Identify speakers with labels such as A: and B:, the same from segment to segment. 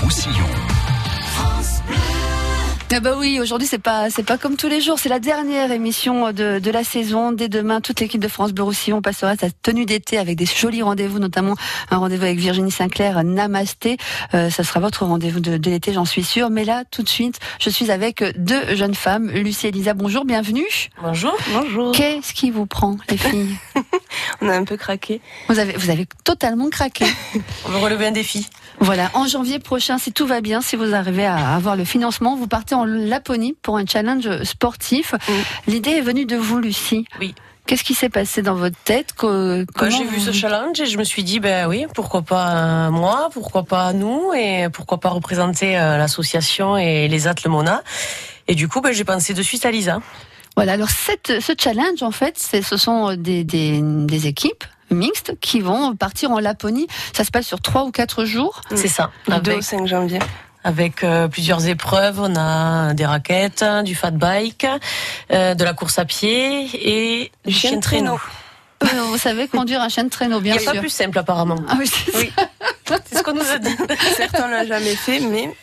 A: Roussillon.
B: Ah bah oui, aujourd'hui c'est pas c'est pas comme tous les jours, c'est la dernière émission de, de la saison. Dès demain, toute l'équipe de France Bleu Roussillon passera sa tenue d'été avec des jolis rendez-vous, notamment un rendez-vous avec Virginie Sinclair, Namasté. Euh, ça sera votre rendez-vous de, de l'été, j'en suis sûre. Mais là, tout de suite, je suis avec deux jeunes femmes, Lucie et Elisa. Bonjour, bienvenue.
C: Bonjour. Bonjour.
B: Qu'est-ce qui vous prend, les filles
C: On a un peu craqué.
B: Vous avez vous avez totalement craqué.
C: On veut relever un défi.
B: Voilà, en janvier prochain, si tout va bien, si vous arrivez à avoir le financement, vous partez en Laponie pour un challenge sportif.
C: Oui.
B: L'idée est venue de vous, Lucie.
C: Oui.
B: Qu'est-ce qui s'est passé dans votre tête que,
C: Quand
B: comment
C: j'ai vu ce
B: vous-
C: challenge, et je me suis dit, ben oui, pourquoi pas euh, moi, pourquoi pas nous, et pourquoi pas représenter euh, l'association et les athlètes Mona. Et du coup, ben, j'ai pensé de suite à Lisa.
B: Voilà, alors cette, ce challenge, en fait, c'est- ce sont des, des- des équipes mixtes qui vont partir en Laponie. Ça se passe sur trois ou quatre jours.
C: C'est ça.
D: Du 2 au
C: Avec,
D: 5 janvier.
C: avec, euh, plusieurs épreuves, on a des raquettes, du fat bike, euh, de la course à pied et du chien de traîneau.
B: Euh, Vous savez conduire un chien de traîneau,
C: Il
B: bien
C: n'y a
B: sûr.
C: pas plus simple apparemment.
B: Ah oui, c'est ça.
D: Oui.
C: C'est ce qu'on nous a dit.
D: Certains l'ont jamais fait, mais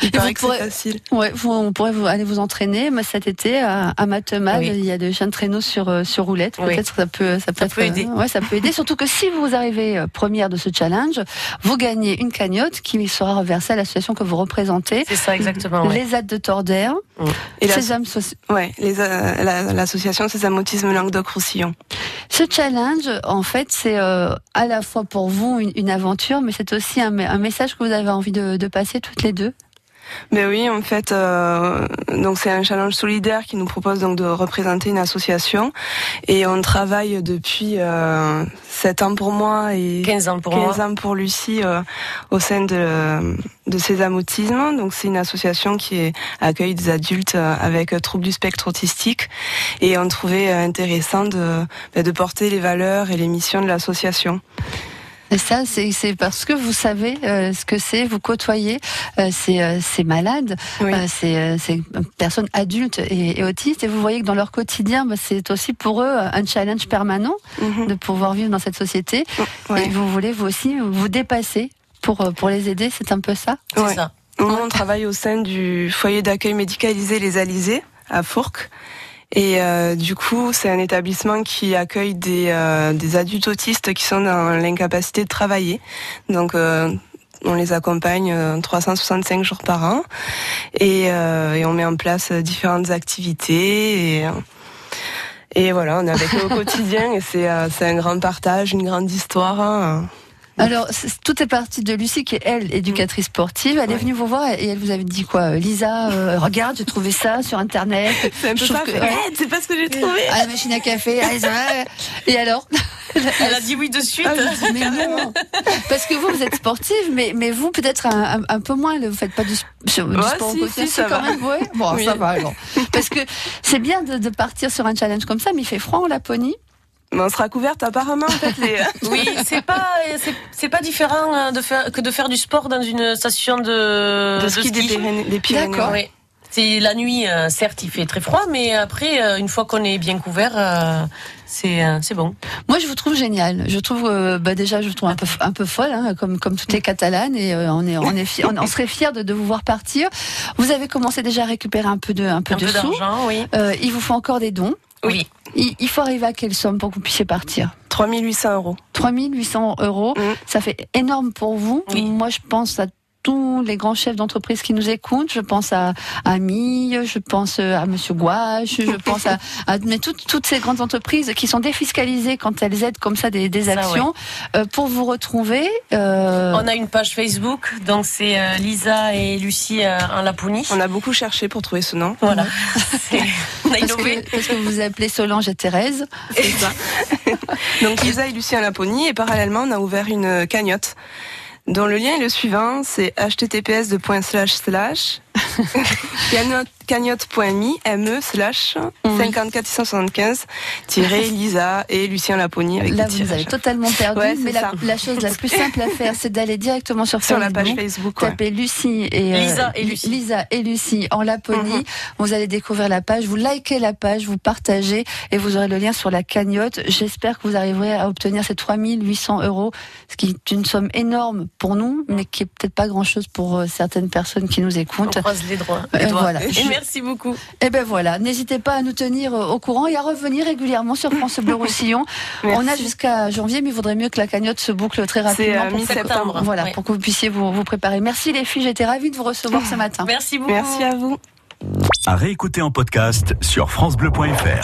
D: il paraît que
B: pourrez-
D: c'est facile.
B: Ouais, vous, on pourrait vous, aller vous entraîner mais cet été à, à Matemade.
C: Oui.
B: Il y a des chaînes de traîneaux sur, euh, sur roulette.
C: Oui.
B: Peut-être que ça peut, ça peut,
C: Ça
B: être,
C: peut
B: euh,
C: aider.
B: ouais, ça peut aider. Surtout que si vous arrivez euh, première de ce challenge, vous gagnez une cagnotte qui sera reversée à l'association que vous représentez.
C: C'est ça exactement. ouais.
B: Les Hades de Tordère,
D: Et la-
B: Sésame Soci-
D: ouais, les, euh, la- l'association c'est Amotisme Languedoc-Roussillon.
B: Ce challenge, en fait, c'est euh, à la fois pour vous une, une aventure, mais c'est aussi un, me- un message que vous avez envie de, de passer toutes les deux.
D: Mais Ben oui, en fait, euh, donc c'est un challenge solidaire qui nous propose donc de représenter une association et on travaille depuis euh, 7 ans pour moi et
C: 15 ans pour moi.
D: 15 ans pour Lucie euh, au sein de, euh, de Sésame Autisme. Donc c'est une association qui est- accueille des adultes euh, avec euh, troubles du spectre autistique et on trouvait euh, intéressant de, bah, de porter les valeurs et les missions de l'association.
B: Et ça, c'est c'est parce que vous savez euh, ce que c'est, vous côtoyez euh, ces, euh, ces malades,
D: Oui.
B: euh, ces, euh, ces personnes adultes et, et autistes, et vous voyez que dans leur quotidien, bah, c'est aussi pour eux euh, un challenge permanent
D: Mhm.
B: de pouvoir vivre dans cette société.
D: Ouais.
B: Et vous voulez vous aussi vous dépasser pour, euh, pour les aider, c'est un peu ça
C: C'est
D: Ouais.
C: ça.
D: Nous, on travaille au sein du foyer d'accueil médicalisé Les Alizés à Fourques. Et euh, du coup, c'est un établissement qui accueille des, euh, des adultes autistes qui sont dans l'incapacité de travailler. Donc, euh, on les accompagne euh, 365 jours par an. Et, euh, et on met en place euh, différentes activités. Et, euh, et voilà, on est avec eux au quotidien. Et c'est euh, c'est un grand partage, une grande histoire. hein.
B: Alors, c'est- tout est parti de Lucie, qui est, elle, éducatrice sportive. Elle est
D: Ouais.
B: venue vous voir et elle vous avait dit quoi euh, Lisa, euh, regarde, j'ai trouvé ça sur Internet,
D: C'est un peu
B: Je trouve
D: ça.
B: que-
D: fait, Eh, c'est pas ce que j'ai trouvé.
B: à la machine à café. allez, ça va. Et alors
C: Elle a dit oui de suite.
B: Ah, je dis, mais non Parce que vous, vous êtes sportive, mais, mais vous, peut-être un, un- un peu moins. Vous faites pas du, sp- sur- du
D: Ouais,
B: sport au
D: si,
B: quotidien,
D: si, ça
B: si, quand
D: va.
B: même, ouais. Bon,
D: Oui.
B: ça va, alors. Parce que c'est bien de, de partir sur un challenge comme ça, mais il fait froid en Laponie.
D: Mais on sera couverte apparemment en fait les.
C: Oui, c'est pas c'est- c'est pas différent hein, de faire que de faire du sport dans une station de,
D: de ski, des Pyrénées. des Pyrénées.
B: Euh, D'accord.
C: Oui. C'est la nuit, euh, certes, il fait très froid, mais après, euh, une fois qu'on est bien couvert, euh, c'est euh, c'est bon.
B: Moi, je vous trouve génial. Je trouve, euh, bah, déjà, je vous trouve un peu, un peu folle, hein, comme, comme toutes les Catalanes, et euh, on, est, on, est fi- on, on serait fiers de, de vous voir partir. Vous avez commencé déjà à récupérer un peu de, un peu
C: Un
B: de
C: peu
B: sous.
C: d'argent, oui.
B: Euh, il vous faut encore des dons.
C: Oui.
B: Il, il faut arriver à quelle somme pour que vous puissiez partir
D: 3800 euros.
B: 3800 euros,
D: Mm.
B: ça fait énorme pour vous.
C: Oui.
B: Moi, je pense à tous les grands chefs d'entreprise qui nous écoutent. Je pense à Ami, je pense à Monsieur Gouache, je pense à, à- mais toutes, toutes ces grandes entreprises qui sont défiscalisées quand elles aident comme ça des, des
C: Ça,
B: actions. Euh, pour vous retrouver, euh,
C: On a une page Facebook, donc c'est euh, Lisa et Lucie euh, en Laponie.
D: On a beaucoup cherché pour trouver ce nom.
C: Voilà. C'est- on a
B: parce,
C: innové.
B: que, parce que vous appelez Solange et Thérèse.
D: C'est ça. Donc Lisa et Lucien Laponie et parallèlement on a ouvert une euh, cagnotte dont le lien est le suivant, c'est https:// cagnotte cagnotte.me me E slash 54675 tiré Lisa et Lucien Laponier avec
B: Là,
D: des
B: vous nous avez
D: tirages.
B: totalement perdu,
D: Ouais, c'est
B: mais la,
D: ça.
B: la chose la plus simple à faire, c'est d'aller directement sur,
D: sur la
B: Facebook,
D: page Facebook. ouais.
B: Tapez Lucie et euh,
C: Lisa et Lucie.
B: Lisa et Lucie en Laponie.
D: Mhm.
B: Vous allez découvrir la page, vous likez la page, vous partagez et vous aurez le lien sur la cagnotte. J'espère que vous arriverez à obtenir ces 3800 euros, ce qui est une somme énorme pour nous, mais qui est peut-être pas grand-chose pour euh, certaines personnes qui nous
C: On
B: écoutent.
C: croise les droits.
B: Et
C: les doigts.
B: voilà.
C: Et
B: Je-
C: merci beaucoup.
B: Et ben voilà, n'hésitez pas à nous tenir euh, au courant et à revenir régulièrement sur France Bleu Roussillon. On a
D: Merci.
B: jusqu'à janvier, mais il vaudrait mieux que la cagnotte se boucle très
D: C'est
B: rapidement.
D: euh,
B: pour-
D: mi-septembre.
C: septembre.
B: Voilà,
C: Ouais.
B: pour que vous puissiez vous, vous préparer. Merci les filles, j'étais ravie de vous recevoir ce matin.
C: Merci beaucoup.
D: Merci à vous.
A: À réécouter en podcast sur FranceBleu.fr.